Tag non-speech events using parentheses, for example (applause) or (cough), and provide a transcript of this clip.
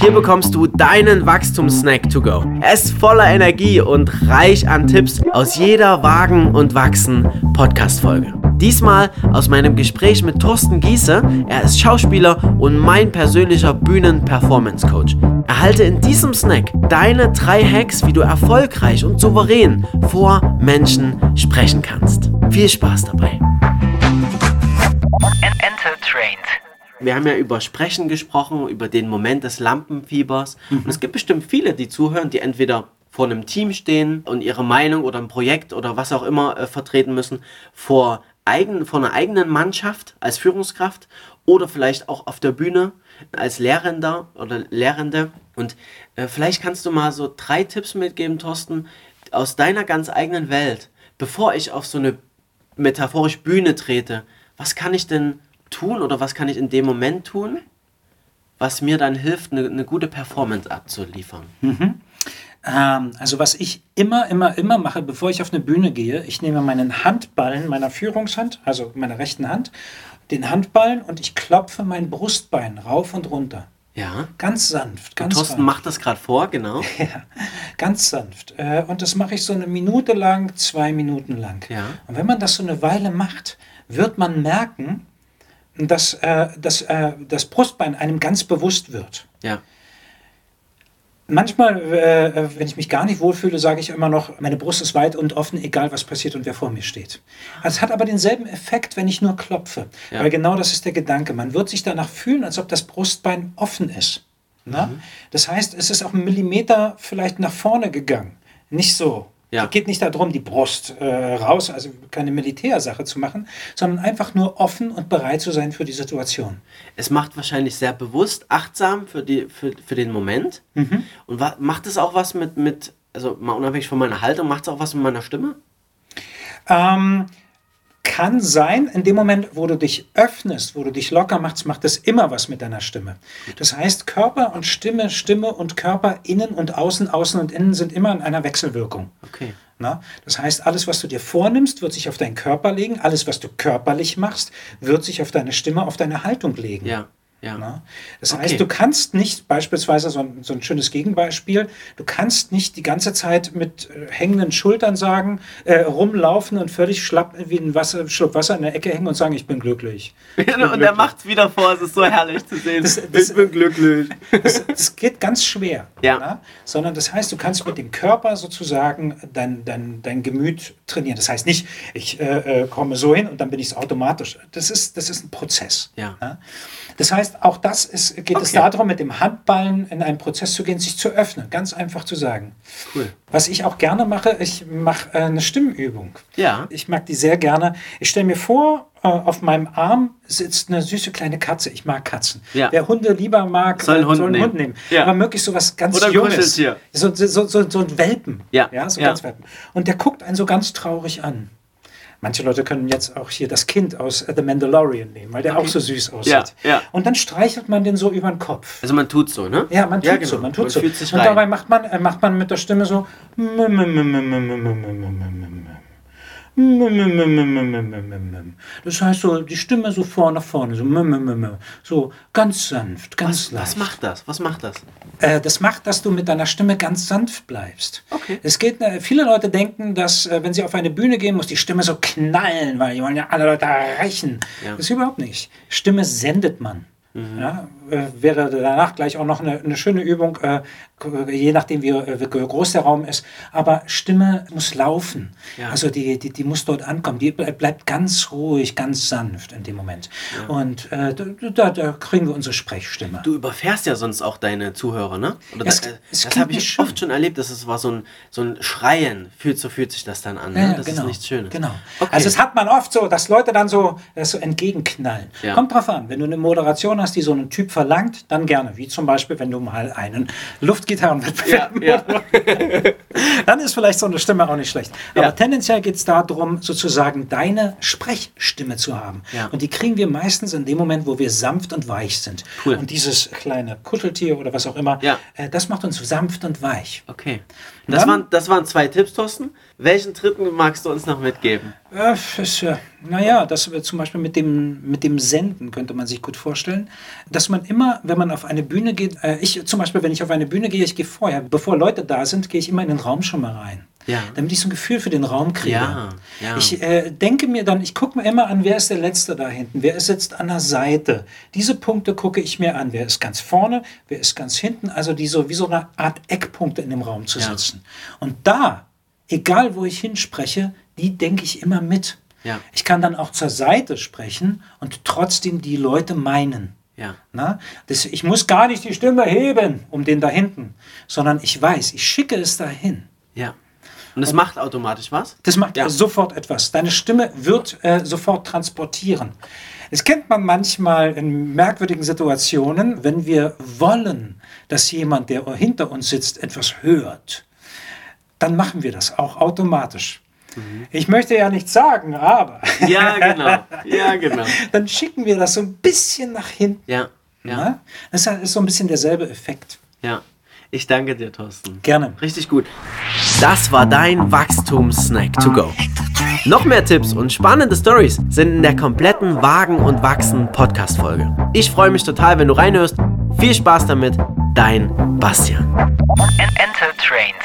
Hier bekommst du deinen Wachstumssnack to go. Er ist voller Energie und reich an Tipps aus jeder Wagen und Wachsen Podcast-Folge. Diesmal aus meinem Gespräch mit Thorsten Giese. Er ist Schauspieler und mein persönlicher Bühnen-Performance-Coach. Erhalte in diesem Snack deine drei Hacks, wie du erfolgreich und souverän vor Menschen sprechen kannst. Viel Spaß dabei. Wir haben ja über Sprechen gesprochen, über den Moment des Lampenfiebers. Und es gibt bestimmt viele, die zuhören, die entweder vor einem Team stehen und ihre Meinung oder ein Projekt oder was auch immer äh, vertreten müssen, vor, eigen, vor einer eigenen Mannschaft als Führungskraft oder vielleicht auch auf der Bühne als Lehrender oder Lehrende. Und äh, vielleicht kannst du mal so drei Tipps mitgeben, Thorsten, aus deiner ganz eigenen Welt, bevor ich auf so eine metaphorisch Bühne trete. Was kann ich denn tun oder was kann ich in dem Moment tun, was mir dann hilft, eine, eine gute Performance abzuliefern? Ähm, also was ich immer, immer, immer mache, bevor ich auf eine Bühne gehe, ich nehme meinen Handballen meiner Führungshand, also meiner rechten Hand, den Handballen und ich klopfe mein Brustbein rauf und runter. Ja. Ganz sanft, ganz Thorsten macht das gerade vor, (laughs) genau. Ja, ganz sanft. Äh, Und das mache ich so eine Minute lang, zwei Minuten lang. Ja. Und wenn man das so eine Weile macht, wird man merken, dass, äh, dass äh, das Brustbein einem ganz bewusst wird. Ja. Manchmal, äh, wenn ich mich gar nicht wohlfühle, sage ich immer noch, meine Brust ist weit und offen, egal was passiert und wer vor mir steht. Es hat aber denselben Effekt, wenn ich nur klopfe. Ja. Weil genau das ist der Gedanke. Man wird sich danach fühlen, als ob das Brustbein offen ist. Ne? Mhm. Das heißt, es ist auch einen Millimeter vielleicht nach vorne gegangen. Nicht so. Ja. Es geht nicht darum, die Brust äh, raus, also keine Militärsache zu machen, sondern einfach nur offen und bereit zu sein für die Situation. Es macht wahrscheinlich sehr bewusst, achtsam für, die, für, für den Moment. Mhm. Und wa macht es auch was mit, mit, also mal unabhängig von meiner Haltung, macht es auch was mit meiner Stimme? Ähm, kann sein, in dem Moment, wo du dich öffnest, wo du dich locker machst, macht es immer was mit deiner Stimme. Das heißt, Körper und Stimme, Stimme und Körper, innen und außen, außen und innen sind immer in einer Wechselwirkung. Okay. Na? Das heißt, alles, was du dir vornimmst, wird sich auf deinen Körper legen. Alles, was du körperlich machst, wird sich auf deine Stimme, auf deine Haltung legen. Ja, ja. Ne? Das Okay. heißt, du kannst nicht beispielsweise so ein, so ein schönes Gegenbeispiel, du kannst nicht die ganze Zeit mit äh, hängenden Schultern sagen, äh, rumlaufen und völlig schlapp wie ein Wasser, Schluck Wasser in der Ecke hängen und sagen, ich bin glücklich. (laughs) Und er macht es wieder vor, es ist (laughs) so herrlich zu sehen. Das- das- ich bin glücklich. Das, das geht ganz schwer. Ja. ne? Sondern das heißt, du kannst mit dem Körper sozusagen dein, dein, dein Gemüt trainieren. Das heißt nicht, ich äh, äh, komme so hin und dann bin ich es automatisch. Das ist, das ist ein Prozess. Ja. ne? Das heißt, auch das ist, geht es Okay. darum, mit dem Handballen in einen Prozess zu gehen, sich zu öffnen. Ganz einfach zu sagen. Cool. Was ich auch gerne mache, ich mache äh, eine Stimmübung. Ja. Ich mag die sehr gerne. Ich stelle mir vor, äh, auf meinem Arm sitzt eine süße kleine Katze. Ich mag Katzen. Ja. Wer Hunde lieber mag, Soll einen äh, Hund nehmen. Hund nehmen. Ja. Aber möglichst so was ganz Oder ein Junges. Kuscheltier. So, so, so, so ein Welpen. Ja. ja so Ja. ganz Welpen. Und der guckt einen so ganz traurig an. Manche Leute können jetzt auch hier das Kind aus äh, The Mandalorian nehmen, weil der auch so süß aussieht. Ja, ja. Und dann streichelt man den so über den Kopf. Also man tut so, ne? Ja, man tut so, man tut so. Fühlt sich und rein. dabei macht man, äh, macht man mit der Stimme so. Das heißt so, die Stimme so vor nach vorne, so, so ganz sanft, was ganz leicht. macht das? Was macht das? Äh, das macht, dass du mit deiner Stimme ganz sanft bleibst. Okay. Es geht, äh, viele Leute denken, dass äh, wenn sie auf eine Bühne gehen, muss die Stimme so knallen, weil die wollen ja alle Leute erreichen. Ja. Mhm. Das ist überhaupt nicht. Stimme sendet man. Ja, äh, wäre danach gleich auch noch eine, eine schöne Übung, äh, je nachdem, wie, äh, wie groß der Raum ist. Aber Stimme muss laufen. Ja. Also die, die, die muss dort ankommen. Die ble- bleibt ganz ruhig, ganz sanft in dem Moment. Und äh, da, da, da kriegen wir unsere Sprechstimme. Du überfährst ja sonst auch deine Zuhörer, ne? Oder Es- da- äh, das es klingt habe ich nicht schön. oft schon erlebt, dass es war so ein, so ein Schreien. Fühlt, so fühlt sich das dann an. Ne? Ja, ja, das genau. ist nichts Schönes. Genau. Okay. Also es hat man oft so, dass Leute dann so, das so entgegenknallen. Ja. Kommt drauf an, wenn du eine Moderation hast, die so einen Typ verlangt, dann gerne. Wie zum Beispiel, wenn du mal einen Luftgitarrenwettbewerb Ja, ja. (laughs) moderierst. Dann ist vielleicht so eine Stimme auch nicht schlecht. Aber Ja. tendenziell geht es darum, sozusagen deine Sprechstimme zu haben. Ja. Und die kriegen wir meistens in dem Moment, wo wir sanft und weich sind. Cool. Und dieses kleine Kuscheltier oder was auch immer, Ja. äh, das macht uns sanft und weich. Okay. Das Dann- waren, das waren zwei Tipps, Thorsten. Welchen dritten magst du uns noch mitgeben? Äh, ist, äh, Naja, das wir zum Beispiel mit dem, mit dem Senden könnte man sich gut vorstellen, dass man immer, wenn man auf eine Bühne geht, äh, ich zum Beispiel, wenn ich auf eine Bühne gehe, ich gehe vorher, bevor Leute da sind, gehe ich immer in den Raum schon mal rein. Ja. Damit ich so ein Gefühl für den Raum kriege. Ja, ja. Ich äh, denke mir dann, ich gucke mir immer an, wer ist der Letzte da hinten, wer sitzt an der Seite. Diese Punkte gucke ich mir an. Wer ist ganz vorne, wer ist ganz hinten. Also die so, wie so eine Art Eckpunkte in dem Raum zu Ja. setzen. Und da, egal wo ich hinspreche, die denke ich immer mit. Ja. Ich kann dann auch zur Seite sprechen und trotzdem die Leute meinen. Ja. Na, das, ich muss gar nicht die Stimme heben, um den da hinten, sondern ich weiß, ich schicke es dahin. Ja. Und es macht automatisch was? Das macht Ja. sofort etwas. Deine Stimme wird äh, sofort transportieren. Das kennt man manchmal in merkwürdigen Situationen, wenn wir wollen, dass jemand, der hinter uns sitzt, etwas hört. Dann machen wir das auch automatisch. Ich möchte ja nichts sagen, aber Mhm. Ja, genau. Ja, genau. (laughs) dann schicken wir das so ein bisschen nach hinten. Ja. Ja. Ne? Das ist so ein bisschen derselbe Effekt. Ja. Ich danke dir, Thorsten. Gerne. Richtig gut. Das war dein Wachstumssnack to go. Noch mehr Tipps und spannende Stories sind in der kompletten Wagen und Wachsen Podcast Folge. Ich freue mich total, wenn du reinhörst. Viel Spaß damit, dein Bastian. Enter Trained.